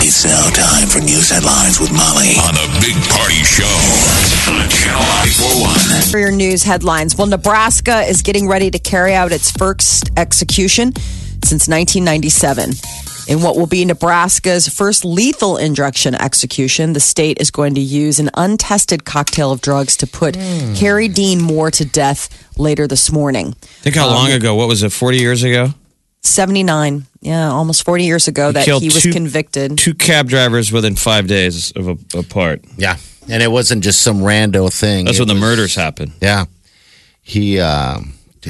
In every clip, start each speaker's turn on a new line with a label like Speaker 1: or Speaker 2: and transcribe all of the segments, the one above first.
Speaker 1: It's now time for news headlines with Molly on the Big Party Show on Channel 941.
Speaker 2: For your news headlines, well, Nebraska is getting ready to carry out its first execution since 1997. In what will be Nebraska's first lethal injection execution, the state is going to use an untested cocktail of drugs to put
Speaker 3: Hmm.
Speaker 2: Carrie Dean Moore to death later this morning.
Speaker 3: Think
Speaker 4: Um,
Speaker 3: how long ago? What was it? Forty years ago?
Speaker 2: 79, yeah, almost 40 years ago that
Speaker 3: killed
Speaker 2: he was
Speaker 3: two-
Speaker 2: convicted.
Speaker 3: Two cab drivers within five days of a, apart.
Speaker 4: Yeah. And it wasn't just some rando thing.
Speaker 3: That's
Speaker 4: It
Speaker 3: when the
Speaker 4: was-
Speaker 3: murders happened.
Speaker 4: Yeah. He uh,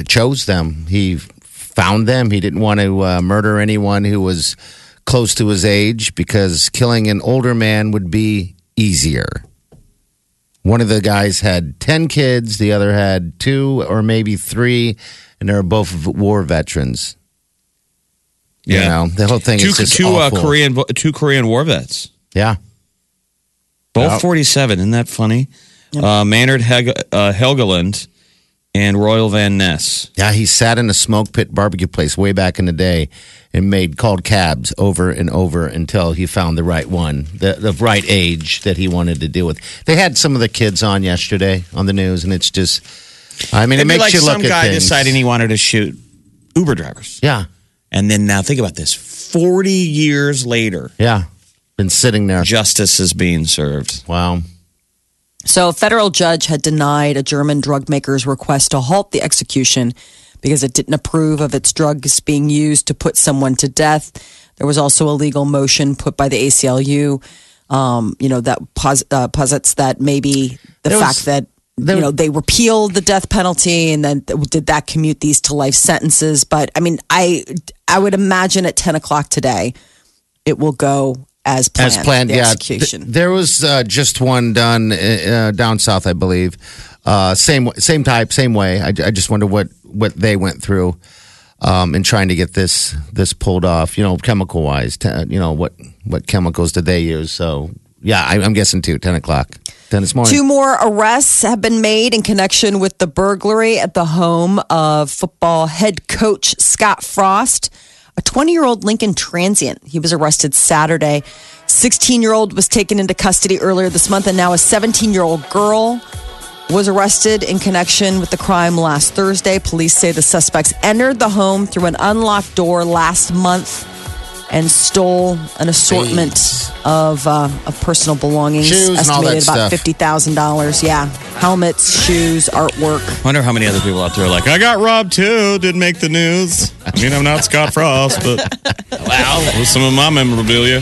Speaker 4: chose them. He found them. He didn't want to uh, murder anyone who was close to his age because killing an older man would be easier. One of the guys had 10 kids, the other had two or maybe three, and they were both v- war veterans. You
Speaker 3: Yeah.
Speaker 4: know, the whole thing
Speaker 3: Two
Speaker 4: is just
Speaker 3: two uh,
Speaker 4: awful.
Speaker 3: Korean two Korean war vets.
Speaker 4: Yeah.
Speaker 3: Both
Speaker 4: Yep.
Speaker 3: 47. Isn't that funny? Uh, Maynard Heg- uh, Helgeland and Royal Van Ness.
Speaker 4: Yeah, he sat in a smoke pit barbecue place way back in the day and made called cabs over and over until he found the right one, the, the right age that he wanted to deal with. They had some of the kids on yesterday on the news, and it's just, I mean, it makes
Speaker 3: like
Speaker 4: you look
Speaker 3: some
Speaker 4: at
Speaker 3: guy
Speaker 4: things.
Speaker 3: deciding he wanted to shoot Uber drivers.
Speaker 4: yeah,
Speaker 3: And then now think about this 40 years later,
Speaker 4: yeah, been sitting there.
Speaker 3: justice is being served.
Speaker 4: Wow.
Speaker 2: So, a federal judge had denied a German drug maker's request to halt the execution because it didn't approve of its drugs being used to put someone to death. There was also a legal motion put by the ACLU, um, you know, that pos- uh, posits that maybe the
Speaker 4: There was-
Speaker 2: fact that
Speaker 4: there-
Speaker 2: you know they repealed the death penalty and then th- did that commute these to life sentences. But I mean, I I would imagine at ten o'clock today, it will go as planned.
Speaker 4: As planned,
Speaker 2: the
Speaker 4: yeah.
Speaker 2: Execution.
Speaker 4: Th- there was uh, just one done uh, uh, down south, I believe. Uh, same same type, same way. I, I just wonder what what they went through um, in trying to get this this pulled off. You know, chemical wise, t- you know what what chemicals did they use? So yeah, I, I'm guessing too. Ten o'clock, ten this morning.
Speaker 2: Two more arrests have been made in connection with the burglary at the home of football head coach Scott Frost, a 20 year old Lincoln transient. He was arrested Saturday. 16 year old was taken into custody earlier this month, and now a 17 year old girl was arrested in connection with the crime last Thursday. Police say the suspects entered the home through an unlocked door last month and stole an assortment
Speaker 4: Jeez.
Speaker 2: of uh, of personal belongings,
Speaker 4: Shoes and all
Speaker 2: estimated
Speaker 4: that
Speaker 2: about
Speaker 4: stuff.
Speaker 2: fifty thousand dollars. Yeah, helmets, shoes, artwork.
Speaker 3: wonder how many other people out there are like, I got robbed too, didn't make the news. I mean, I'm not Scott Frost, but wow, it was some of my memorabilia.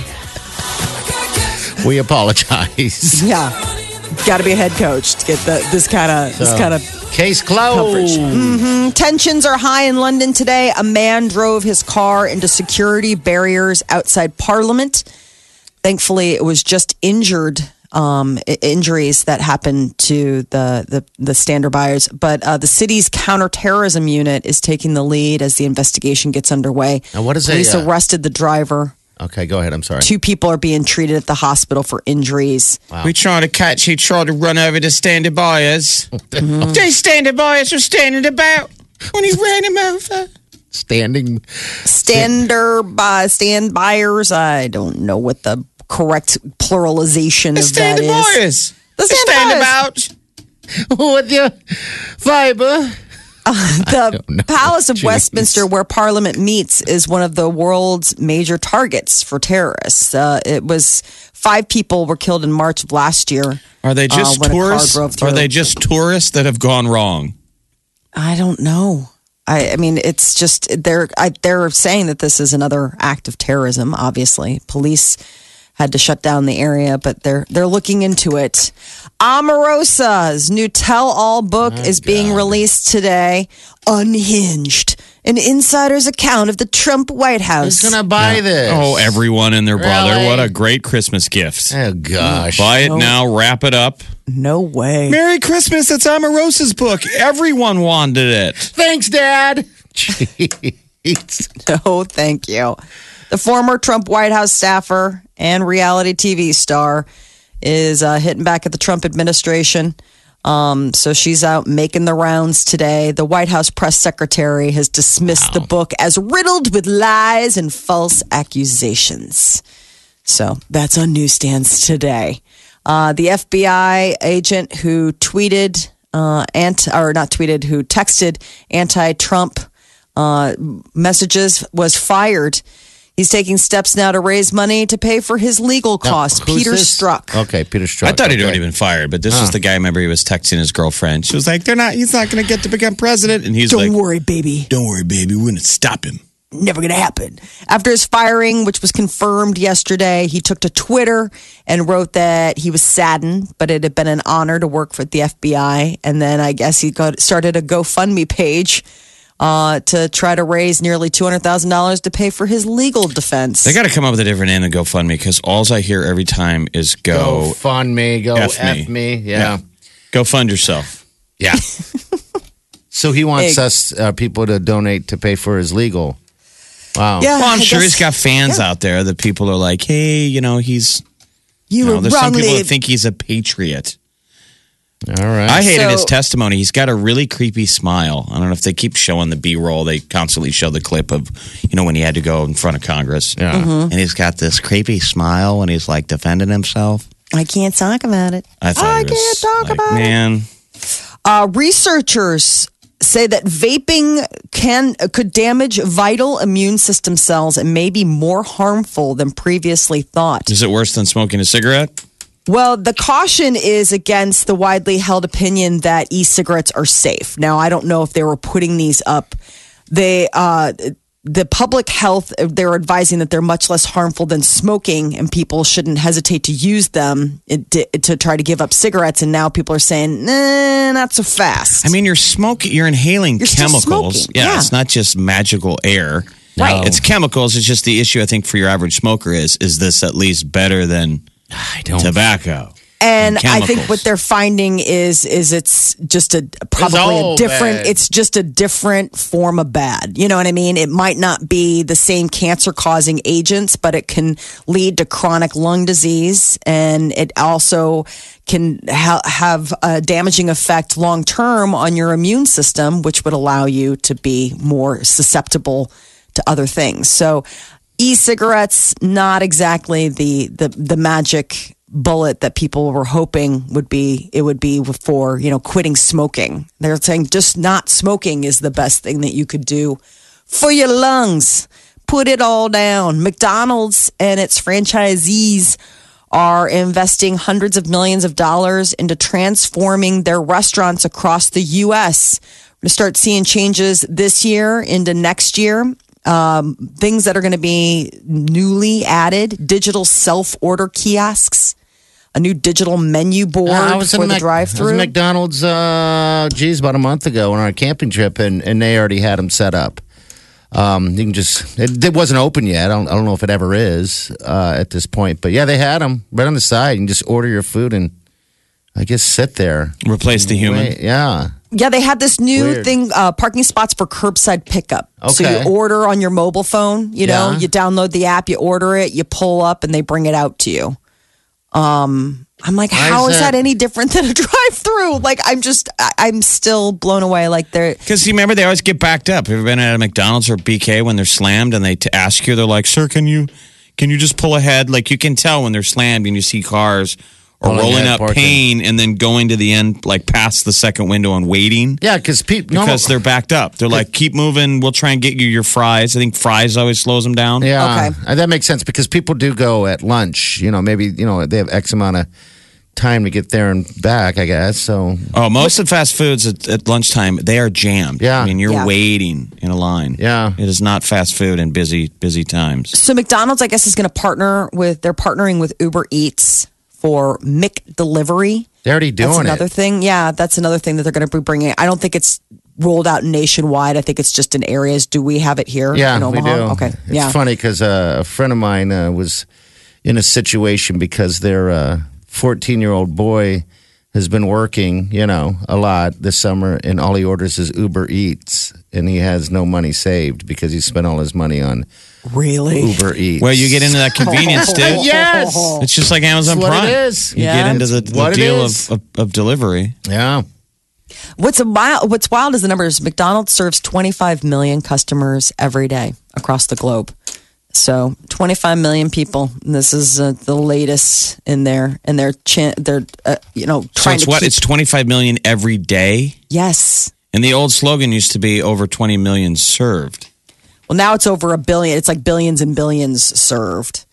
Speaker 4: We apologize.
Speaker 2: Yeah, got to be a head coach to get the, this kind of this kind of
Speaker 4: Case closed.
Speaker 2: Tensions are high in London today. A man drove his car into security barriers outside Parliament. Thankfully, it was just injured um, i- injuries that happened to the the, the standard buyers. But uh, the city's counterterrorism unit is taking the lead as the investigation gets underway.
Speaker 4: Now, what is a,
Speaker 2: Police
Speaker 4: uh,
Speaker 2: arrested the driver.
Speaker 4: Okay, go ahead. I'm sorry.
Speaker 2: Two people are being treated at the hospital for injuries.
Speaker 3: We tried to catch, he tried to run over the standard buyers.
Speaker 2: Mm-hmm.
Speaker 3: These standard buyers were standing about when he ran him over.
Speaker 4: Standing.
Speaker 2: Stander by stand buyers. I don't know what the correct pluralization
Speaker 3: The
Speaker 2: of that
Speaker 3: standard
Speaker 2: is.
Speaker 3: buyers.
Speaker 2: The standard
Speaker 3: about.
Speaker 4: With your fiber.
Speaker 2: the
Speaker 4: know.
Speaker 2: Palace of
Speaker 4: Jeez.
Speaker 2: Westminster, where Parliament meets, is one of the world's major targets for terrorists. Uh, it was five people were killed in March of last year.
Speaker 3: Are they just
Speaker 2: uh, when a car
Speaker 3: tourists?
Speaker 2: drove
Speaker 3: Are they
Speaker 2: through.
Speaker 3: just tourists that have gone wrong?
Speaker 2: I don't know. I, I mean, it's just they're I, they're saying that this is another act of terrorism. Obviously, police had to shut down the area, but they're they're looking into it. Omarosa's new tell-all book is being released today. Unhinged. an insider's account of the Trump White House.
Speaker 4: Who's gonna buy this?
Speaker 3: Oh, everyone and their brother.
Speaker 4: Really?
Speaker 3: What a great Christmas gift.
Speaker 4: Oh gosh.
Speaker 3: Buy it now, wrap it up.
Speaker 2: no way.
Speaker 3: Merry Christmas. It's Amarosa's book. Everyone wanted it.
Speaker 4: Thanks, Dad. Jeez.
Speaker 2: No, thank you. The former Trump White House staffer and reality TV star is uh, hitting back at the Trump administration. Um, so she's out making the rounds today. The White House press secretary has dismissed the book as riddled with lies and false accusations. So that's on newsstands today. Uh, the FBI agent who tweeted, uh, ant, or not tweeted, who texted anti Trump uh, messages was fired. He's taking steps now to raise money to pay for his legal costs.
Speaker 4: Who's
Speaker 2: Peter
Speaker 4: this?
Speaker 2: Strzok.
Speaker 4: Okay, Peter Strzok.
Speaker 3: I thought he'd
Speaker 4: okay.
Speaker 3: already been fired, but this was the guy. I remember he was texting his girlfriend. She was like, "They're not. He's not going to get to become president." And he's
Speaker 2: Don't
Speaker 3: like,
Speaker 2: worry, baby.
Speaker 3: "Don't worry, baby. We're going to stop him."
Speaker 2: never going to happen. After his firing, which was confirmed yesterday, he took to Twitter and wrote that he was saddened, but it had been an honor to work for the FBI. And then I guess he got, started a GoFundMe page uh, to try to raise nearly $200,000 to pay for his legal defense.
Speaker 3: They got to come up with a different name to GoFundMe because alls I hear every time is
Speaker 4: Go
Speaker 3: "Go,
Speaker 4: fund me. Go
Speaker 3: F me.
Speaker 4: F, me. Yeah.
Speaker 3: go fund yourself."
Speaker 4: Yeah. so he wants
Speaker 2: Big.
Speaker 4: us uh, people to donate to pay for his legal. Wow.
Speaker 2: yeah,
Speaker 3: Well, I'm
Speaker 2: Uh, I
Speaker 3: sure
Speaker 2: guess
Speaker 3: he's got fans out there that people are like, "Hey, you know, he's
Speaker 2: You
Speaker 3: you know,
Speaker 2: were
Speaker 3: there's some
Speaker 2: wrongly.
Speaker 3: people that think he's a patriot."
Speaker 4: All right.
Speaker 3: I hated his
Speaker 2: So-
Speaker 3: testimony. He's got a really creepy smile. I don't know if they keep showing the B-roll. They constantly show the clip of, you know, when he had to go in front of Congress.
Speaker 4: yeah.
Speaker 2: Mm-hmm.
Speaker 3: And he's got this creepy smile when he's like defending himself.
Speaker 2: I can't talk about it.
Speaker 3: I, thought
Speaker 2: I
Speaker 3: he was,
Speaker 2: can't talk
Speaker 3: like,
Speaker 2: about it.
Speaker 3: man, it.
Speaker 2: Uh, researchers say that vaping can could damage vital immune system cells and may be more harmful than previously thought.
Speaker 3: Is it worse than smoking a cigarette?
Speaker 2: Well, the caution is against the widely held opinion that e-cigarettes are safe. Now, I don't know if they were putting these up. They uh the public health they're advising that they're much less harmful than smoking and people shouldn't hesitate to use them to, to try to give up cigarettes and now people are saying nah, not so fast
Speaker 3: I mean, you're smoking, you're inhaling
Speaker 2: You're still
Speaker 3: chemicals.
Speaker 2: smoking,
Speaker 3: Yeah,
Speaker 2: yeah.
Speaker 3: it's not just magical air.
Speaker 4: Right.
Speaker 3: It's chemicals. It's just the issue I think for your average smoker is is this at least better than
Speaker 4: I don't.
Speaker 3: tobacco?
Speaker 2: and I think
Speaker 3: chemicals.
Speaker 2: what they're finding is is it's just a probably a
Speaker 4: all
Speaker 2: different
Speaker 4: bad.
Speaker 2: it's just a different form of bad. You know what I mean? It might not be the same cancer causing agents, but it can lead to chronic lung disease and it also can ha- have a damaging effect long term on your immune system, which would allow you to be more susceptible to other things. So e-cigarettes not exactly the the the magic bullet that people were hoping would be it would be for you know quitting smoking they're saying just not smoking is the best thing that you could do for your lungs put it all down mcdonald's and its franchisees are investing hundreds of millions of dollars into transforming their restaurants across the us we're going to start seeing changes this year into next year um, things that are going to be newly added digital self order kiosks, a new digital menu board
Speaker 4: Yeah,
Speaker 2: for the
Speaker 4: Mac-
Speaker 2: drive
Speaker 4: I was in
Speaker 2: through.
Speaker 4: McDonald's, uh, geez, about a month ago on our camping trip, and, and they already had them set up. Um, you can just, it, it wasn't open yet. I don't, I don't know if it ever is uh, at this point. But yeah, they had them right on the side. You can just order your food and I guess sit there.
Speaker 3: Replace the human.
Speaker 4: Wait, yeah.
Speaker 2: yeah, they had this new
Speaker 4: Weird.
Speaker 2: thing uh, parking spots for curbside pickup. So
Speaker 4: Okay.
Speaker 2: you order on your mobile phone, you know,
Speaker 4: Yeah.
Speaker 2: you download the app, you order it, you pull up, and they bring it out to you. Um, I'm like,
Speaker 4: Why
Speaker 2: how
Speaker 4: is
Speaker 2: is, that?
Speaker 4: that-
Speaker 2: any different than a drive through? Like, I'm just, I, I'm still blown away. Like, they're,
Speaker 3: Because you remember they always get backed up. Have you ever been at a McDonald's or BK when they're slammed and they t- ask you, they're like, "Sir, can you can you just pull ahead?" Like you can tell when they're slammed and you see cars or
Speaker 4: Pulling
Speaker 3: rolling
Speaker 4: ahead,
Speaker 3: up
Speaker 4: parking.
Speaker 3: pain and then going to the end, like past the second window and waiting
Speaker 4: Yeah, cause people,
Speaker 3: because they're backed up. They're like, "Keep moving. We'll try and get you your fries." I think fries always slows them down.
Speaker 4: Yeah,
Speaker 2: Okay.
Speaker 4: Uh, that makes sense because people do go at lunch. You know, maybe you know they have X amount of time to get there and back. I guess so.
Speaker 3: Oh, most of the fast foods at, at lunchtime they are jammed.
Speaker 4: Yeah.
Speaker 3: I mean you're
Speaker 2: Yeah.
Speaker 3: waiting in a line.
Speaker 4: Yeah.
Speaker 3: it is not fast food in busy busy times.
Speaker 2: So McDonald's, I guess, is going to partner with. They're partnering with Uber Eats for Mick delivery.
Speaker 4: They're already
Speaker 2: That's
Speaker 4: doing
Speaker 2: another
Speaker 4: it.
Speaker 2: thing. Yeah, that's another thing that they're going to be bringing. I don't think it's rolled out nationwide. I think it's just in areas. Do we have it here?
Speaker 4: Yeah,
Speaker 2: in
Speaker 4: we
Speaker 2: Omaha?
Speaker 4: do.
Speaker 2: Okay,
Speaker 4: It's
Speaker 2: yeah.
Speaker 4: funny because uh, a friend of mine uh, was in a situation because their uh, 14 year old boy has been working, you know, a lot this summer, and all he orders is Uber Eats, and he has no money saved because he spent all his money on
Speaker 2: Really?
Speaker 4: Uber Eats.
Speaker 3: Well, you get into that convenience, dude.
Speaker 4: Yes.
Speaker 3: It's just like Amazon
Speaker 4: It's what
Speaker 3: Prime.
Speaker 4: it is.
Speaker 3: You
Speaker 2: Yeah.
Speaker 3: get into the,
Speaker 4: It's
Speaker 3: the
Speaker 4: what it
Speaker 3: deal
Speaker 4: is.
Speaker 3: of, of, of delivery.
Speaker 4: Yeah.
Speaker 2: What's a wild, What's wild is the numbers. McDonald's serves 25 million customers every day across the globe. So 25 million people. And this is uh, the latest in their in their chan- their uh, you know
Speaker 3: So
Speaker 2: trying
Speaker 3: it's
Speaker 2: to
Speaker 3: what?
Speaker 2: keep-
Speaker 3: It's 25 million every day.
Speaker 2: yes.
Speaker 3: And the old slogan used to be over 20 million served.
Speaker 2: Well, now it's over a billion. It's like billions and billions served.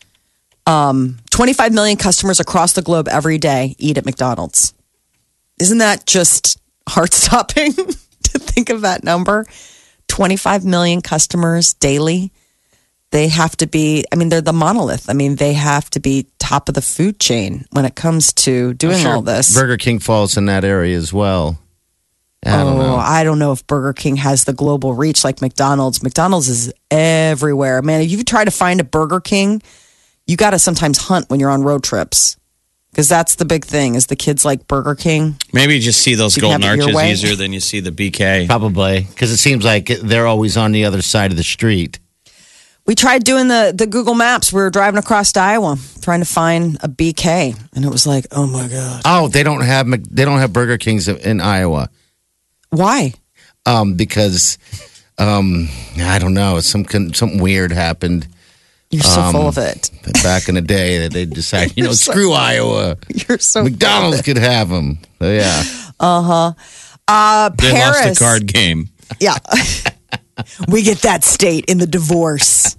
Speaker 2: Um, 25 million customers across the globe every day eat at McDonald's. Isn't that just heart stopping to think of that number? 25 million customers daily. They have to be, I mean, they're the monolith. I mean, they have to be top of the food chain when it comes to doing all this.
Speaker 4: Burger King falls in that area as well. I
Speaker 2: oh,
Speaker 4: don't know.
Speaker 2: I don't know if Burger King has the global reach like McDonald's. McDonald's is everywhere. Man, if you try to find a Burger King, you got to sometimes hunt when you're on road trips. Because that's the big thing is the kids like Burger King.
Speaker 3: Maybe you just see those
Speaker 2: You can
Speaker 3: golden
Speaker 2: have it your
Speaker 3: arches
Speaker 2: way.
Speaker 3: easier than you see the BK.
Speaker 4: Probably because it seems like they're always on the other side of the street.
Speaker 2: We tried doing the, the Google Maps. We were driving across Iowa trying to find a BK. And it was like, oh my God.
Speaker 4: Oh, they don't have Mc- they don't have Burger Kings in Iowa
Speaker 2: Why?
Speaker 4: um, because um, I don't know some con- something weird happened
Speaker 2: You're so
Speaker 4: Um,
Speaker 2: full of it.
Speaker 4: back in the day that they decided you know screw Iowa
Speaker 2: You're so
Speaker 4: McDonald's could have them. So, yeah,
Speaker 3: They lost
Speaker 2: Paris.
Speaker 3: the card game.
Speaker 2: Yeah. we get that state in the divorce.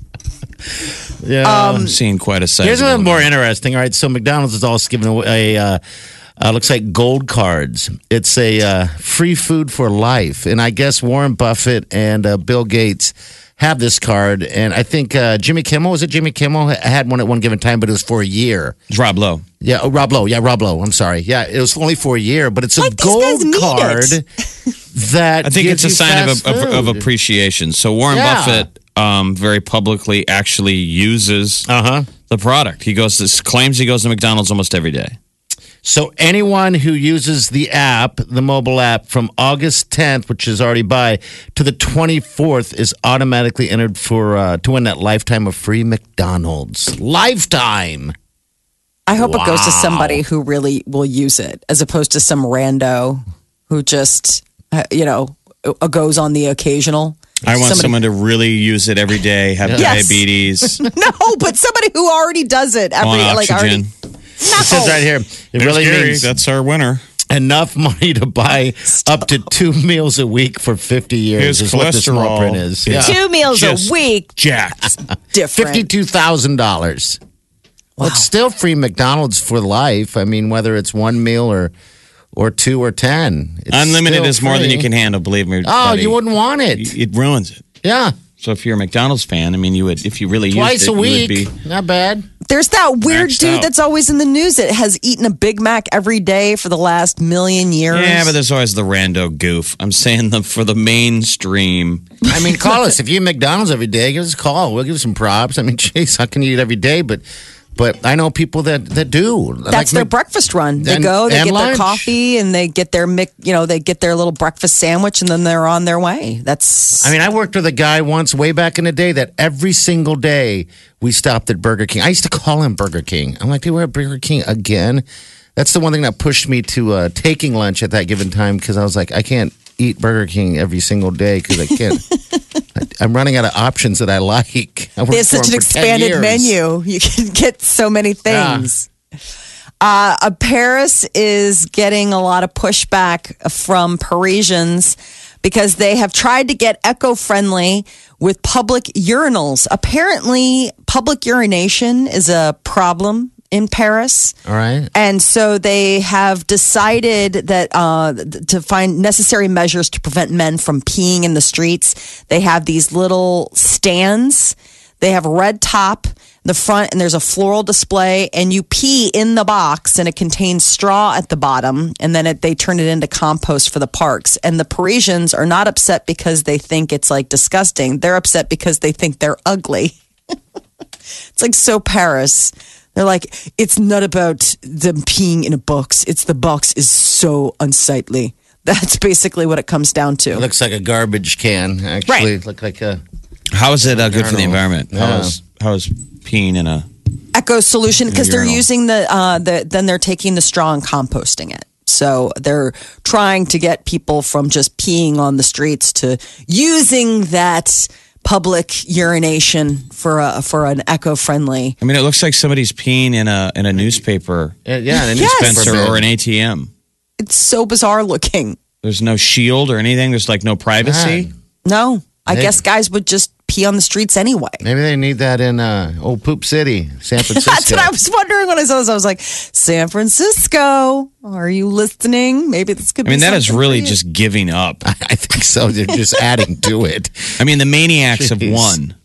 Speaker 4: yeah.
Speaker 3: I'm seeing quite a sight.
Speaker 4: Um, Here's a little more interesting. All right, so McDonald's is also giving away. Uh, uh, looks like gold cards. It's a uh, free food for life, and I guess Warren Buffett and uh, Bill Gates have this card. And I think uh, Jimmy Kimmel was it? Jimmy Kimmel ha- had one at one given time, but it was for a year.
Speaker 3: Rob Lowe.
Speaker 4: Yeah, oh, Rob Lowe. Yeah, Rob Lowe. I'm sorry. Yeah, it was only for a year, but it's a
Speaker 2: Like, these guys
Speaker 4: gold
Speaker 2: need
Speaker 4: card.
Speaker 2: it.
Speaker 4: That
Speaker 3: I think
Speaker 4: gives
Speaker 3: it's a
Speaker 4: you
Speaker 3: sign of,
Speaker 4: fast
Speaker 3: of, of
Speaker 4: food.
Speaker 3: appreciation. So Warren
Speaker 4: Yeah.
Speaker 3: Buffett um, very publicly actually uses
Speaker 4: Uh-huh.
Speaker 3: the product. He goes this claims he goes to McDonald's almost every day.
Speaker 4: So anyone who uses the app, the mobile app, from August 10th, which is already by, to the 24th, is automatically entered for uh, to win that lifetime of free McDonald's. Lifetime.
Speaker 2: I hope it goes to somebody who really will use it, as opposed to some rando who just, uh, you know, uh, goes on the occasional.
Speaker 3: I want
Speaker 2: Somebody-
Speaker 3: someone to really use it every day, have
Speaker 2: Yes.
Speaker 3: diabetes, on
Speaker 2: No, but somebody who already does it every like already.
Speaker 3: oxygen.
Speaker 4: It says right here. It
Speaker 3: There's
Speaker 4: really
Speaker 3: Gary.
Speaker 4: means
Speaker 3: that's our winner.
Speaker 4: enough money to buy up to two meals a week for 50 years.
Speaker 3: His
Speaker 4: is what the small
Speaker 3: cholesterol
Speaker 4: print is.
Speaker 3: is
Speaker 4: Yeah.
Speaker 2: Two meals
Speaker 3: Just
Speaker 2: a week,
Speaker 3: Jacked.
Speaker 2: different.
Speaker 4: $52,000. Well, it's still free McDonald's for life. I mean, whether it's one meal or or two or ten, It's
Speaker 3: Unlimited
Speaker 4: still
Speaker 3: is more than
Speaker 4: free.
Speaker 3: you can handle. Believe me.
Speaker 4: Oh,
Speaker 3: buddy.
Speaker 4: you wouldn't want it.
Speaker 3: It ruins it.
Speaker 4: Yeah,
Speaker 3: So if you're a McDonald's fan, I mean, you would if you really
Speaker 4: twice
Speaker 3: used it,
Speaker 4: a week.
Speaker 3: You would be,
Speaker 4: Not bad.
Speaker 2: There's that weird
Speaker 3: Maxed
Speaker 2: dude
Speaker 3: out.
Speaker 2: that's always in the news that has eaten a Big Mac every day for the last million years.
Speaker 3: yeah, but there's always the rando goof. I'm saying the for the mainstream.
Speaker 4: I mean, call us if you eat McDonald's every day. Give us a call. We'll give you some props. I mean, jeez, how can you eat every day? But but I know people that that do.
Speaker 2: that's their breakfast run. They
Speaker 4: and-
Speaker 2: go, they
Speaker 4: and
Speaker 2: get their
Speaker 4: lunch.
Speaker 2: coffee, and they get their mic. You know, they get their little breakfast sandwich, and then they're on their way. That's
Speaker 4: I mean, I worked with a guy once way back in the day that every single day we stopped at Burger King. I used to call him Burger King. I'm like, dude, we're at Burger King again. That's the one thing that pushed me to uh, taking lunch at that given time because I was like, I can't eat Burger King every single day because I can't. I, am running out of options that I like. I worked
Speaker 2: There's
Speaker 4: for
Speaker 2: such an
Speaker 4: him for 10
Speaker 2: expanded
Speaker 4: years.
Speaker 2: menu. You can get so many things. Uh, uh, Paris is getting a lot of pushback from Parisians because they have tried to get eco friendly with public urinals. Apparently, public urination is a problem in Paris.
Speaker 4: All right.
Speaker 2: And so they have decided that uh, th- to find necessary measures to prevent men from peeing in the streets, they have these little stands They have a red top, the front, and there's a floral display. And you pee in the box, and it contains straw at the bottom. And then it, they turn it into compost for the parks. And the Parisians are not upset because they think it's like disgusting. They're upset because they think they're ugly. It's like so Paris. They're like, it's not about them peeing in a box. It's the box is so unsightly. That's basically what it comes down to.
Speaker 4: It looks like a garbage can, actually. Look like a.
Speaker 3: How is it uh, good for the environment? How
Speaker 4: Yeah.
Speaker 3: is how is peeing in a
Speaker 2: Eco solution because they're
Speaker 3: Urinal.
Speaker 2: using the, uh, the then they're taking the straw and composting it. So they're trying to get people from just peeing on the streets to using that public urination for a for an eco friendly.
Speaker 3: I mean, it looks like somebody's peeing in a in a newspaper
Speaker 4: Uh, yeah, an
Speaker 2: Yes.
Speaker 4: dispenser
Speaker 3: dispenser or an ATM.
Speaker 2: It's so bizarre looking.
Speaker 3: There's no shield or anything. There's like no privacy.
Speaker 2: No, I
Speaker 4: Hey.
Speaker 2: guess guys would just pee on the streets anyway.
Speaker 4: Maybe they need that in uh, old Poop City, San Francisco.
Speaker 2: That's what I was wondering when I saw this. I was like, San Francisco, are you listening? Maybe this could
Speaker 3: I mean,
Speaker 2: be
Speaker 3: that is
Speaker 2: something
Speaker 3: really
Speaker 2: for you.
Speaker 3: just giving up.
Speaker 4: I think so. They're just adding to it.
Speaker 3: I mean, the maniacs have
Speaker 4: Jeez.
Speaker 3: won.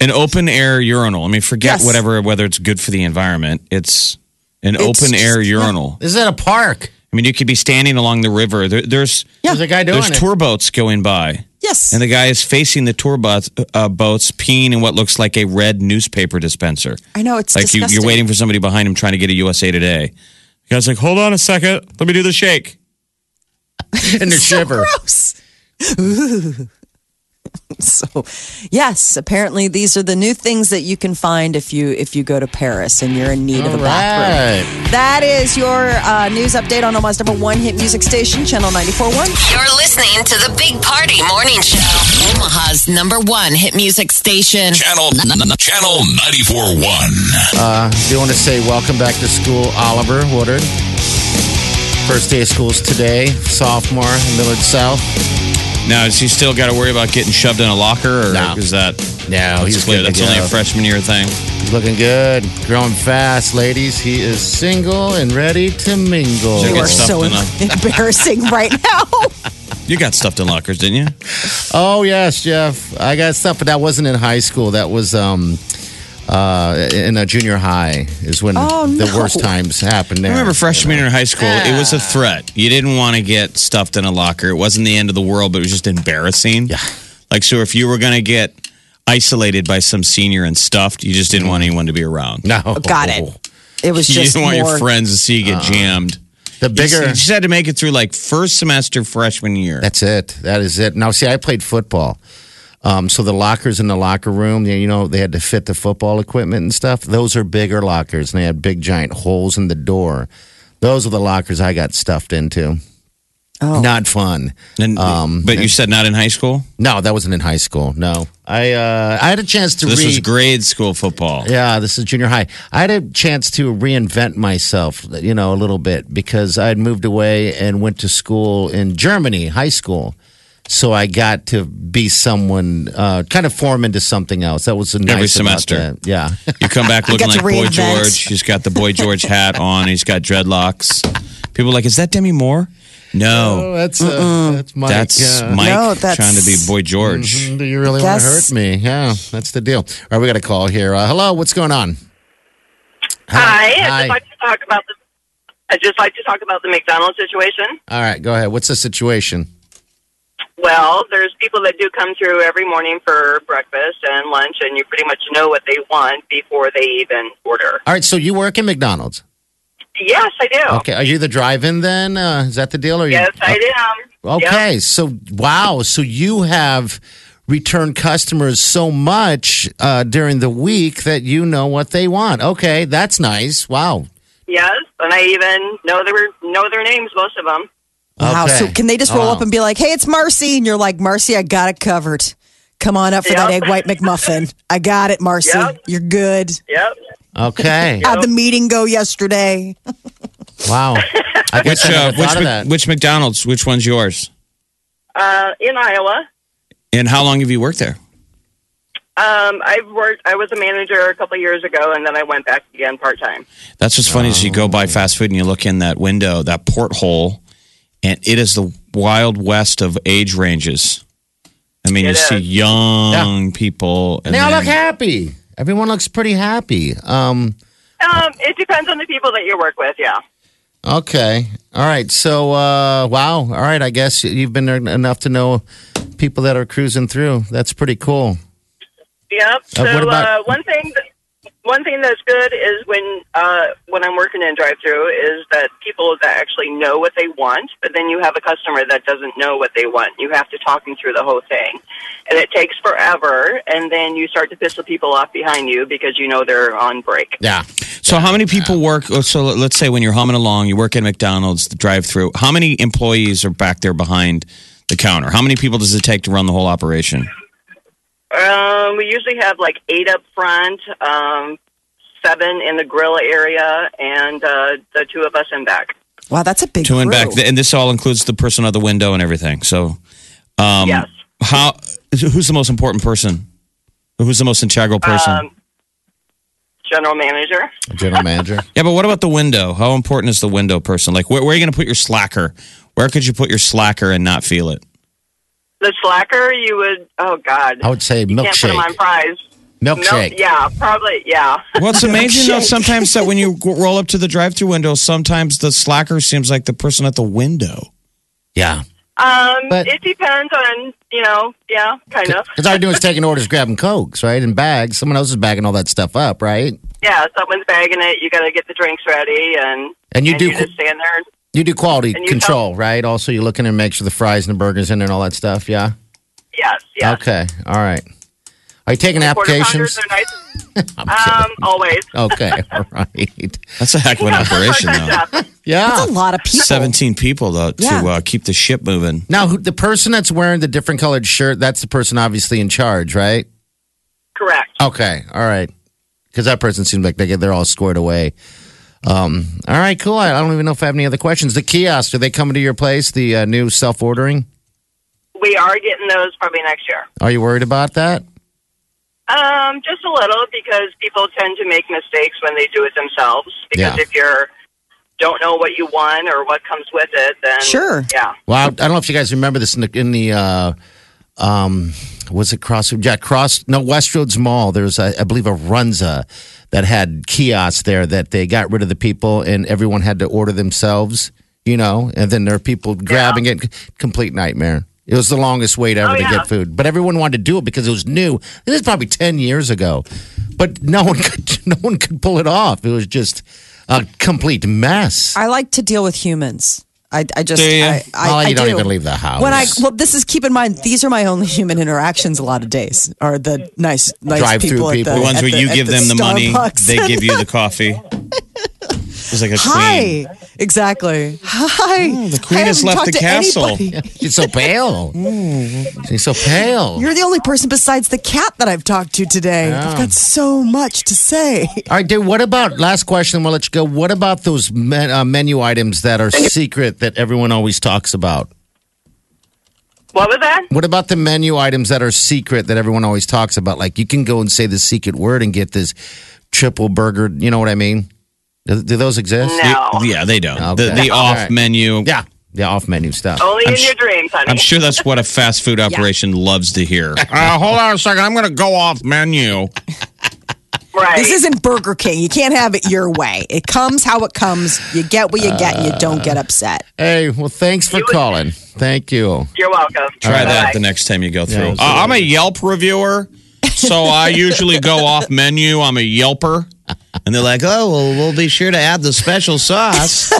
Speaker 3: an open air urinal. I mean, forget
Speaker 2: Yes.
Speaker 3: whatever whether it's good for the environment. It's an
Speaker 2: It's
Speaker 3: open air
Speaker 2: just-
Speaker 3: urinal.
Speaker 4: This is at a park.
Speaker 3: I mean, you could be standing along the river. There, there's
Speaker 4: There's a guy doing
Speaker 3: there's
Speaker 4: it.
Speaker 3: tour boats going by,
Speaker 2: Yes.
Speaker 3: and the guy is facing the tour boats, uh, boats peeing in what looks like a red newspaper dispenser.
Speaker 2: I know it's
Speaker 3: like you,
Speaker 2: disgusting.
Speaker 3: you're waiting for somebody behind him trying to get a USA Today. The guy's like, "Hold on a second, let me do the shake."
Speaker 4: and they
Speaker 2: so
Speaker 4: shiver.
Speaker 2: gross. Ooh. so, yes, apparently these are the new things that you can find if you if you go to Paris and you're in need of a bathroom. That is your uh, news update on Omaha's number one hit music station, Channel 94.1.
Speaker 5: You're listening to the Big Party Morning Show. Omaha's number one hit music station.
Speaker 1: Channel Channel 94.1.
Speaker 4: Uh, do want to say welcome back to school, Oliver Woodard. First day of school's today, sophomore, Millard South.
Speaker 3: Now, has he still got to worry about getting shoved in a locker, or
Speaker 4: No.
Speaker 3: is that
Speaker 4: No,
Speaker 3: that's
Speaker 4: he's
Speaker 3: clear?
Speaker 4: good to
Speaker 3: That's only
Speaker 4: go.
Speaker 3: a freshman year thing.
Speaker 4: He's looking good, growing fast, ladies. He is single and ready to mingle.
Speaker 3: Check
Speaker 2: You
Speaker 3: Get
Speaker 2: are
Speaker 3: stuffed
Speaker 2: so
Speaker 3: in
Speaker 2: embarrassing right now.
Speaker 3: You got stuffed in lockers, didn't you?
Speaker 4: Oh yes, Jeff. I got stuff, but that wasn't in high school. That was um, uh, in a junior high is when
Speaker 2: Oh,
Speaker 4: the
Speaker 2: no.
Speaker 4: worst times happened. There.
Speaker 3: I remember freshman year in high school, it was a threat. You didn't want to get stuffed in a locker. It wasn't the end of the world, but it was just embarrassing. Yeah. Like, so if you were going to get isolated by some senior and stuffed, you just didn't want anyone to be around.
Speaker 4: No,
Speaker 2: Got it. It was
Speaker 3: you
Speaker 2: just
Speaker 3: didn't want your
Speaker 2: more.
Speaker 3: friends to see you get jammed.
Speaker 4: The
Speaker 3: You just-
Speaker 4: bigger.
Speaker 3: You just had to make it through like first semester freshman year.
Speaker 4: That's it. That is it. Now, see, I played football. Um, so the lockers in the locker room, you know, they had to fit the football equipment and stuff. Those are bigger lockers, and they had big giant holes in the door. Those are the lockers I got stuffed into.
Speaker 2: Oh.
Speaker 4: Not fun.
Speaker 3: And- but you said not in high school?
Speaker 4: No, that wasn't in high school. No, I uh, I had a chance to
Speaker 3: So this
Speaker 4: read.
Speaker 3: was grade school football.
Speaker 4: Yeah, this is junior high. I had a chance to reinvent myself, you know, a little bit because I had moved away and went to school in Germany, high school. So I got to be someone, uh, kind of form into something else. That was a nice
Speaker 3: Every
Speaker 4: about
Speaker 3: semester.
Speaker 4: that. Yeah,
Speaker 3: You come back looking
Speaker 2: get
Speaker 3: like
Speaker 2: to
Speaker 3: Boy
Speaker 2: reinvent.
Speaker 3: George. He's got the Boy George hat on. He's got dreadlocks. People are like, is that Demi Moore? No,
Speaker 4: that's uh, that's my
Speaker 3: Oh, that's
Speaker 4: uh,
Speaker 3: Mike
Speaker 2: No, that's-
Speaker 3: trying to be Boy
Speaker 4: Mm-hmm.
Speaker 3: George.
Speaker 4: Do you really want to
Speaker 2: That's-
Speaker 4: hurt me? Yeah, that's the deal. All right, we got a call here. Uh, hello, what's going on?
Speaker 6: Hi. I'd
Speaker 4: Hi.
Speaker 6: just like to talk about the. I'd just like to talk about the McDonald's situation.
Speaker 4: All right, go ahead. What's the situation?
Speaker 6: Well, there's people that do come through every morning for breakfast and lunch, and you pretty much know what they want before they even order.
Speaker 4: All right, so you work in McDonald's.
Speaker 6: Yes, I do.
Speaker 4: Okay, are you the drive-in then? Uh, is that the deal? Or
Speaker 6: Oh. Yes,
Speaker 4: you,
Speaker 6: I do.
Speaker 4: Okay, so wow, so you have returned customers so much uh, during the week that you know what they want. Okay, that's nice. Wow.
Speaker 6: Yes, and I even know their know their names, most of them.
Speaker 2: Wow.
Speaker 4: Okay.
Speaker 2: So can they just roll
Speaker 4: Wow.
Speaker 2: up and be like, hey, it's Marcy? And you're like, Marcy, I got it covered. Come on up for that
Speaker 6: Yep.
Speaker 2: egg white McMuffin. I got it, Marcy.
Speaker 6: Yep.
Speaker 2: You're good.
Speaker 6: Yep.
Speaker 4: Okay,
Speaker 2: How'd the meeting go yesterday?
Speaker 4: wow. I guess
Speaker 3: Which,
Speaker 4: I
Speaker 3: uh,
Speaker 4: never
Speaker 3: which,
Speaker 4: thought of
Speaker 3: Mc-
Speaker 4: that.
Speaker 3: which McDonald's? Which one's yours?
Speaker 6: Uh, in Iowa,
Speaker 3: And how long have you worked there?
Speaker 6: um, I've worked. I was a manager a couple years ago, and then I went back again part time.
Speaker 3: That's what's funny is you go
Speaker 4: Oh.
Speaker 3: by fast food and you look in that window, that porthole, and it is the wild west of age ranges. I mean,
Speaker 6: It
Speaker 3: you see
Speaker 6: is.
Speaker 3: young people. And
Speaker 4: They all
Speaker 3: then-
Speaker 4: look happy. Everyone looks pretty happy. Um,
Speaker 6: Um, it depends on the people that you work with. Yeah.
Speaker 4: okay. All right. So, uh, wow. All right. I guess you've been there enough to know people that are cruising through. That's pretty cool.
Speaker 6: Yep. So
Speaker 4: Uh, what about-
Speaker 6: uh, one thing, that, one thing that's good is when uh, when I'm working in drive-through is that people that actually know what they want, but then you have a customer that doesn't know what they want. You have to talk them through the whole thing, and it takes forever. And then you start to piss the people off behind you because you know they're on break.
Speaker 4: Yeah.
Speaker 3: So, how many people work? oh, So, let's say when you're humming along, you work at McDonald's, the drive through. How many employees are back there behind the counter? How many people does it take to run the whole operation?
Speaker 6: Um, we usually have like eight up front, um, seven in the grill area, and uh, the two of us in back.
Speaker 2: Wow, that's a big
Speaker 3: To and back,
Speaker 2: crew.
Speaker 3: and this all includes the person at the window and everything. So, um,
Speaker 6: Yes.
Speaker 3: how? Who's the most important person? Who's the most integral person?
Speaker 6: Um, general manager.
Speaker 4: General manager.
Speaker 3: Yeah, but what about the window? How important is the window person? Like, where, where are you going to put your slacker? Where could you put your slacker and not feel it?
Speaker 6: The slacker, you would. Oh God,
Speaker 4: I would say
Speaker 6: you can't put them on
Speaker 4: milkshake.
Speaker 6: fries.
Speaker 4: Milkshake.
Speaker 6: Milk, yeah, probably. Yeah,
Speaker 3: Well, it's amazing though. Sometimes that when you g- roll up to the drive-through window, sometimes the slacker seems like the person at the window.
Speaker 4: Yeah.
Speaker 6: um,
Speaker 4: But-
Speaker 6: it depends on you know. Yeah, kind of.
Speaker 4: Because all I do is taking orders, grabbing cokes, right, and bags. Someone else is bagging all that stuff up, right?
Speaker 6: Yeah, someone's bagging it. You got to get the drinks ready, and
Speaker 4: And you do
Speaker 6: just stand there. and-
Speaker 4: You do quality
Speaker 6: And you
Speaker 4: control, right? Also, you're looking to make sure the fries and the burgers in there and all that stuff. Yeah.
Speaker 6: Yes, yes.
Speaker 4: Okay. All right. Are you taking
Speaker 6: Quarter
Speaker 4: applications?
Speaker 6: pounders are nice. um, always.
Speaker 4: Okay. All right.
Speaker 3: That's a heck of an operation though.
Speaker 6: Stuff.
Speaker 4: Yeah.
Speaker 2: that's a lot of people.
Speaker 3: Seventeen people though to
Speaker 2: Yeah.
Speaker 3: uh, keep the ship moving.
Speaker 4: Now, who, the person that's wearing the different colored shirt, that's the person obviously in charge, right?
Speaker 6: Correct.
Speaker 4: Okay. All right. Because that person seems like they get, they're all squared away. Um, all right. Cool. I, I don't even know if I have any other questions. The kiosk, are they coming to your place? The uh, new self ordering?
Speaker 6: We are getting those probably next year.
Speaker 4: Are you worried about that?
Speaker 6: Um, just a little because people tend to make mistakes when they do it themselves. Because
Speaker 4: Yeah.
Speaker 6: if you're don't know what you want or what comes with it, then
Speaker 2: Sure.
Speaker 6: yeah,
Speaker 4: Well, I, I don't know if you guys remember this in the, in the uh, um, was it Cross? Yeah, Cross. No, Westroads Mall. There was, I, I believe, a Runza that had kiosks there that they got rid of the people and everyone had to order themselves. You know, and then there are people grabbing it. Complete nightmare. It was the longest wait ever
Speaker 6: Oh,
Speaker 4: to
Speaker 6: yeah.
Speaker 4: get food, but everyone wanted to do it because it was new. This is probably ten years ago, but no one could, no one could pull it off. It was just a complete mess.
Speaker 2: I like to deal with humans. I, I just
Speaker 3: Do you?
Speaker 2: I, I,
Speaker 4: Molly,
Speaker 2: I
Speaker 4: you don't
Speaker 2: do.
Speaker 4: even leave the house.
Speaker 2: When I well, this is keep in mind. These are my only human interactions. A lot of days are the nice, nice
Speaker 4: Drive-through
Speaker 2: people, at
Speaker 4: people.
Speaker 3: The ones
Speaker 2: at
Speaker 3: where you
Speaker 2: at
Speaker 3: give them the money,
Speaker 2: Starbucks.
Speaker 3: they give you the coffee. It's like a queen.
Speaker 2: Hi, exactly. Hi,
Speaker 3: Oh, the queen
Speaker 2: I
Speaker 3: has
Speaker 2: haven't
Speaker 3: left
Speaker 2: talked
Speaker 3: the
Speaker 2: to
Speaker 3: castle.
Speaker 2: anybody.
Speaker 4: She's so pale. She's so pale.
Speaker 2: You're the only person besides the cat that I've talked to today. I've got so much to say.
Speaker 4: All right, dude. What about last question? We'll let you go. What about those men, uh, menu items that are secret that everyone always talks about?
Speaker 6: What was that?
Speaker 4: What about the menu items that are secret that everyone always talks about? Like you can go and say the secret word and get this triple burger. You know what I mean? Do, do those exist?
Speaker 6: No.
Speaker 3: The- yeah, they don't.
Speaker 4: Okay.
Speaker 3: The, the
Speaker 4: All
Speaker 3: off
Speaker 4: right.
Speaker 3: menu.
Speaker 4: Yeah, yeah, off menu stuff.
Speaker 6: Only in
Speaker 3: sh-
Speaker 6: your dreams, honey.
Speaker 3: I'm sure that's what a fast food operation loves to hear. Uh, hold on a second. I'm going to go off menu.
Speaker 6: right.
Speaker 2: This isn't Burger King. You can't have it your way. It comes how it comes. You get what you get, and you don't get upset.
Speaker 4: Hey, well, thanks for calling. Thank you.
Speaker 6: You're welcome.
Speaker 3: Try that
Speaker 6: Bye-bye.
Speaker 3: the next time you go through.
Speaker 4: Yeah,
Speaker 3: Uh, I'm a Yelp reviewer, so I usually go off menu. I'm a Yelper. And they're like, oh, well, we'll be sure to add the special sauce.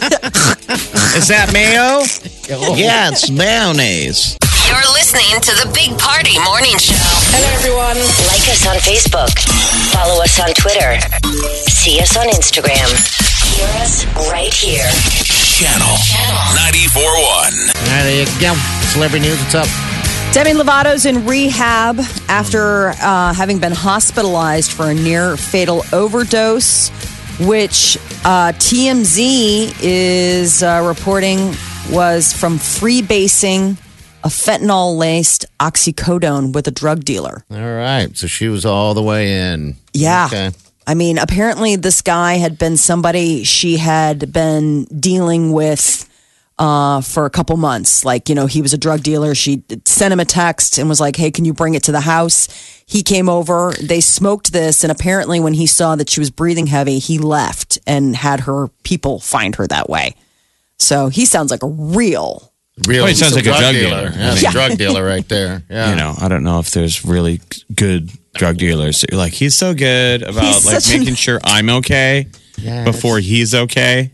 Speaker 3: Is that mayo? Yeah, it's mayonnaise.
Speaker 5: You're listening to the Big Party Morning Show. Hello, everyone.
Speaker 7: Like us on Facebook. Follow us on Twitter. See us on Instagram. Hear us right here.
Speaker 1: Channel 94.1.
Speaker 4: All right, there you go. Celebrity news. What's up?
Speaker 2: Demi Lovato's in rehab after uh, having been hospitalized for a near fatal overdose, which uh, TMZ is uh, reporting was from freebasing a fentanyl laced oxycodone with a drug dealer.
Speaker 4: All right. So she was all the way in.
Speaker 2: Yeah.
Speaker 4: Okay.
Speaker 2: I mean, apparently this guy had been somebody she had been dealing with uh, for a couple months. Like, you know, he was a drug dealer. She sent him a text and was like, hey, can you bring it to the house? He came over. They smoked this. And apparently, when he saw that she was breathing heavy, he left and had her people find her that way. So he sounds like a real.
Speaker 4: Real,
Speaker 3: Well, he sounds
Speaker 4: he's
Speaker 3: like a drug dealer.
Speaker 4: Yeah, he's a drug dealer right there. Yeah.
Speaker 3: You know, I don't know if there's really good drug dealers. that you're like, he's so good about
Speaker 2: He's
Speaker 3: like
Speaker 2: such an-
Speaker 3: making sure I'm okay
Speaker 4: Yeah,
Speaker 3: before he's okay.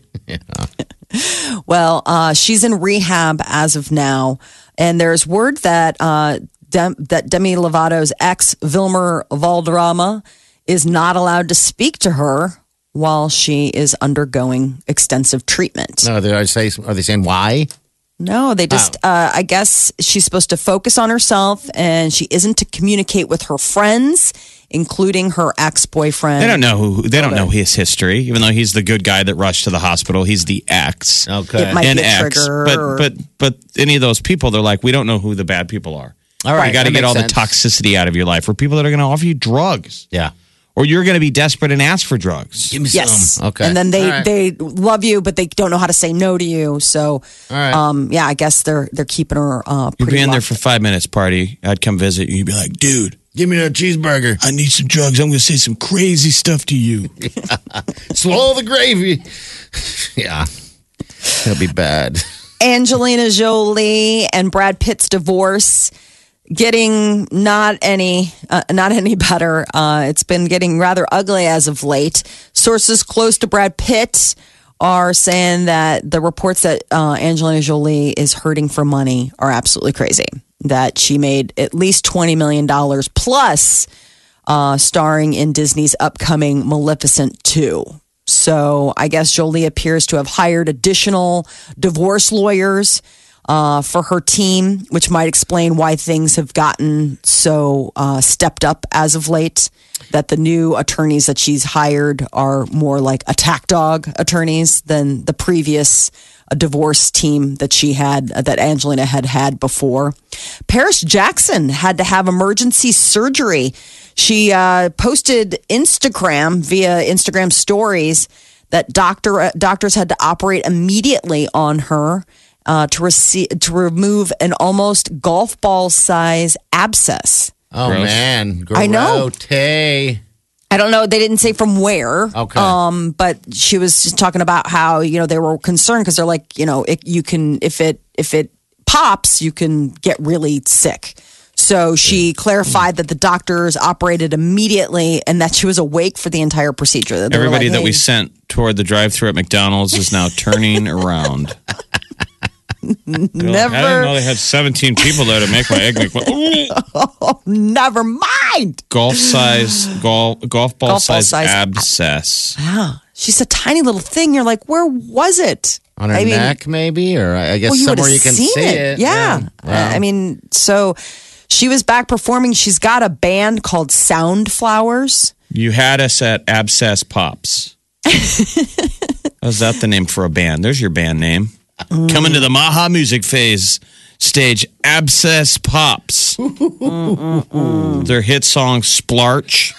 Speaker 2: Well, uh, she's in rehab as of now, and there's word that uh, Dem- that Demi Lovato's ex Vilmer Valderrama is not allowed to speak to her while she is undergoing extensive treatment.
Speaker 4: No, they, are, say, are they saying why?
Speaker 2: No, they just, uh, I guess she's supposed to focus on herself and she isn't to communicate with her friends, including her ex boyfriend.
Speaker 3: They don't know who. They don't know his history, even though he's the good guy that rushed to the hospital. He's the ex.
Speaker 4: Okay.
Speaker 2: It might
Speaker 3: an
Speaker 2: be a
Speaker 3: ex,
Speaker 2: trigger
Speaker 3: but
Speaker 2: or-
Speaker 3: but but any of those people, they're like, we don't know who the bad people are.
Speaker 4: All right,
Speaker 3: you got to
Speaker 4: that
Speaker 3: get
Speaker 4: makes
Speaker 3: all
Speaker 4: sense.
Speaker 3: the toxicity out of your life, or people that are going to offer you drugs,
Speaker 4: Yeah.
Speaker 3: or you're going to be desperate and ask for drugs.
Speaker 4: Give me
Speaker 2: Yes.
Speaker 4: some. Okay.
Speaker 2: And then they
Speaker 4: All right.
Speaker 2: they love you, but they don't know how to say no to you. So,
Speaker 4: right.
Speaker 2: um, yeah, I guess they're they're keeping her uh,
Speaker 3: You'd
Speaker 2: pretty.
Speaker 3: be in there
Speaker 2: locked.
Speaker 3: for five minutes, party. I'd come visit you. You'd be like, dude,
Speaker 4: give me that
Speaker 2: Uh,
Speaker 4: cheeseburger.
Speaker 3: I need some drugs. I'm going to say some crazy stuff to you.
Speaker 4: Swallow the gravy. yeah. That'll be bad.
Speaker 2: Angelina Jolie and Brad Pitt's divorce getting not any uh, not any better. Uh, it's been getting rather ugly as of late. Sources close to Brad Pitt are saying that the reports that uh, Angelina Jolie is hurting for money are absolutely crazy. That she made at least twenty million dollars plus uh, starring in Disney's upcoming Maleficent 2. So I guess Jolie appears to have hired additional divorce lawyers uh, for her team, which might explain why things have gotten so uh, stepped up as of late. That the new attorneys that she's hired are more like attack dog attorneys than the previous uh, divorce team that she had, uh, that Angelina had had before. Paris Jackson had to have emergency surgery. She uh, posted Instagram via Instagram stories that doctor uh, doctors had to operate immediately on her uh, to receive to remove an almost golf ball size abscess.
Speaker 4: Oh,
Speaker 3: Gross.
Speaker 4: man. Grote.
Speaker 2: I know. I don't know. They didn't say from where.
Speaker 4: Okay.
Speaker 2: Um, but she was just talking about how you know they were concerned because they're like you know it, you can if it if it pops you can get really sick. So she clarified that the doctors operated immediately and that she was awake for the entire procedure. That they were
Speaker 3: Everybody
Speaker 2: like,
Speaker 3: that we
Speaker 2: "Hey."
Speaker 3: sent toward the drive-through at McDonald's is now turning around. Never. I didn't know they had 17 people there to make my egg McMuffin.
Speaker 2: never mind.
Speaker 3: golf size golf golf ball,
Speaker 2: Golf ball
Speaker 3: size,
Speaker 2: size
Speaker 3: abscess.
Speaker 2: Ah, she's a tiny little thing. You're like, where was it?
Speaker 4: On her
Speaker 2: I mean,
Speaker 4: neck, maybe? Or I I guess
Speaker 2: well, you would
Speaker 4: somewhere
Speaker 2: have
Speaker 4: you can
Speaker 2: seen
Speaker 4: see
Speaker 2: it.
Speaker 4: it.
Speaker 2: Yeah.
Speaker 4: Wow.
Speaker 2: I mean, so she was back performing. She's got a band called Sound Flowers.
Speaker 3: You had us at abscess pops. How's that the name for a band? There's your band name. Coming to the Maha Music Phase stage, Abscess Pops. Their hit song Splarch.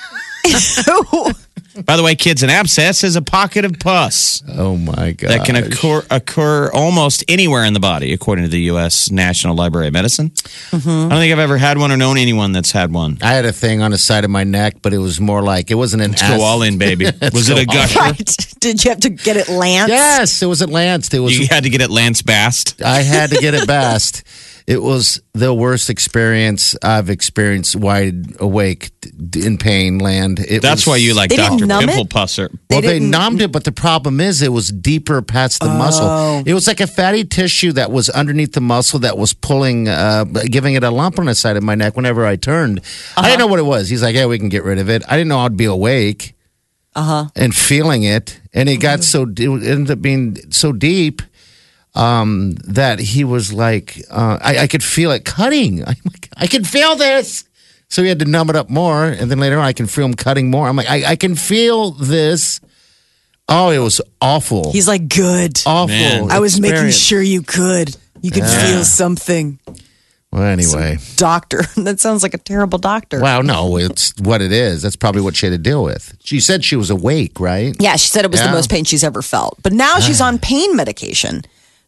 Speaker 3: By the way, kids, an abscess is a pocket of pus
Speaker 4: oh, my God.
Speaker 3: that can occur, occur almost anywhere in the body, according to the U.S. National Library of Medicine.
Speaker 4: Mm-hmm.
Speaker 3: I don't think I've ever had one or known anyone that's had one.
Speaker 4: I had a thing on the side of my neck, but it was more like it wasn't an
Speaker 3: Let's go all in, baby. Was it a
Speaker 4: go all
Speaker 3: gusher?
Speaker 2: Right. Did you have to get it Lance?
Speaker 4: Yes, it was at Lance. It was
Speaker 3: You had to get it Lance Bast.
Speaker 4: I had to get it best. It was the worst experience I've experienced wide awake d- in pain land. It
Speaker 3: That's why
Speaker 4: was-
Speaker 3: you like
Speaker 2: They didn't
Speaker 3: Dr.
Speaker 2: numb
Speaker 3: Pimple
Speaker 2: it?
Speaker 3: Pusser.
Speaker 4: Well,
Speaker 2: they
Speaker 4: they,
Speaker 2: didn't-
Speaker 4: numbed it, but the problem is it was deeper past the
Speaker 2: Oh.
Speaker 4: muscle. It was like a fatty tissue that was underneath the muscle that was pulling, uh, giving it a lump on the side of my neck whenever I turned. I
Speaker 2: Uh-huh.
Speaker 4: didn't know what it was. He's like, "Yeah, we can get rid of it." I didn't know I'd be awake
Speaker 2: Uh-huh.
Speaker 4: and feeling it, and it
Speaker 2: Mm.
Speaker 4: got so it ended up being so deep um, that he was like, uh, I, "I could feel it cutting. I'm like, I can feel this." So he had to numb it up more, and then later on, I can feel him cutting more. I'm like, I, I can feel this. Oh, it was awful.
Speaker 2: He's like, good.
Speaker 4: awful.
Speaker 3: Man.
Speaker 2: I was making
Speaker 4: Oh, experience.
Speaker 2: sure you could. You could feel something.
Speaker 4: Well, anyway,
Speaker 2: Doctor. That sounds like a terrible doctor.
Speaker 4: wow. No, it's what it is. That's probably what she had to deal with. She said she was awake, right?
Speaker 2: Yeah, she said it was the
Speaker 4: Yeah.
Speaker 2: most pain she's ever felt. But now she's on pain medication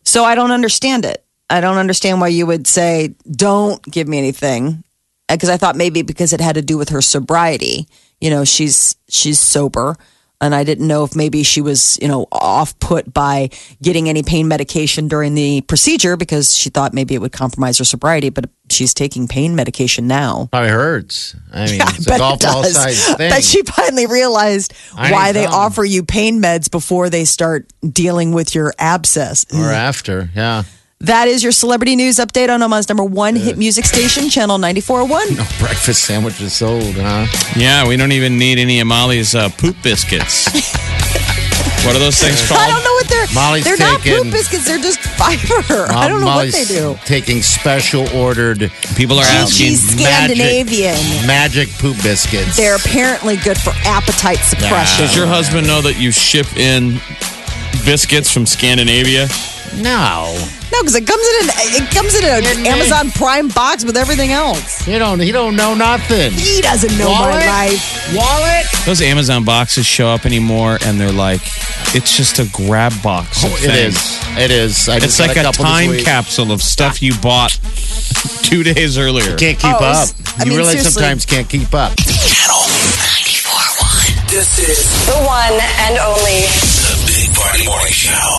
Speaker 2: So I don't understand it. I don't understand why you would say, don't give me anything. Because I thought maybe because it had to do with her sobriety. You know, she's she's sober. And I didn't know if maybe she was, you know, off put by getting any pain medication during the procedure because she thought maybe it would compromise her sobriety, but she's taking pain medication now.
Speaker 4: Probably hurts. I mean, it's
Speaker 2: Bet it
Speaker 4: a golf ball
Speaker 2: does.
Speaker 4: size thing.
Speaker 2: Bet she finally realized
Speaker 4: I
Speaker 2: why
Speaker 4: need
Speaker 2: they
Speaker 4: something.
Speaker 2: offer you pain meds before they start dealing with your abscess.
Speaker 4: or after, yeah.
Speaker 2: That is your celebrity news update on Omaha's number one hit music station, Channel 94.1.
Speaker 4: No breakfast sandwich is sold, huh?
Speaker 3: Yeah, we don't even need any of Molly's uh, poop biscuits. what are those things called?
Speaker 2: I don't know what they're.
Speaker 4: Molly's
Speaker 2: they're not poop
Speaker 4: taking-
Speaker 2: biscuits. They're just fiber. I don't know
Speaker 4: Molly's
Speaker 2: what they do.
Speaker 4: Taking special ordered
Speaker 3: People are asking.
Speaker 2: She's Scandinavian.
Speaker 4: magic poop biscuits.
Speaker 2: They're apparently good for appetite suppression.
Speaker 3: Does your husband know that you ship in biscuits from Scandinavia?
Speaker 4: no,
Speaker 2: No, because it comes in an it comes in an Amazon Prime box with everything else.
Speaker 4: you don't. He don't know nothing.
Speaker 2: He doesn't know my
Speaker 4: Wallet?
Speaker 2: life.
Speaker 4: Wallet.
Speaker 3: Those Amazon boxes show up anymore, and they're like, it's just a grab box. of
Speaker 4: Oh, It
Speaker 3: things.
Speaker 4: is. It is. I
Speaker 3: It's
Speaker 4: just
Speaker 3: like
Speaker 4: got
Speaker 3: a,
Speaker 4: couple this
Speaker 3: time
Speaker 4: week.
Speaker 3: capsule of stuff you bought two days earlier.
Speaker 4: Can't keep
Speaker 2: Oh,
Speaker 4: up.
Speaker 2: it's- I
Speaker 4: you
Speaker 2: mean,
Speaker 4: really
Speaker 2: seriously.
Speaker 4: sometimes can't keep up.
Speaker 7: Channel 94.1.
Speaker 1: This is
Speaker 7: The one and only.
Speaker 1: the Big Party Morning Show.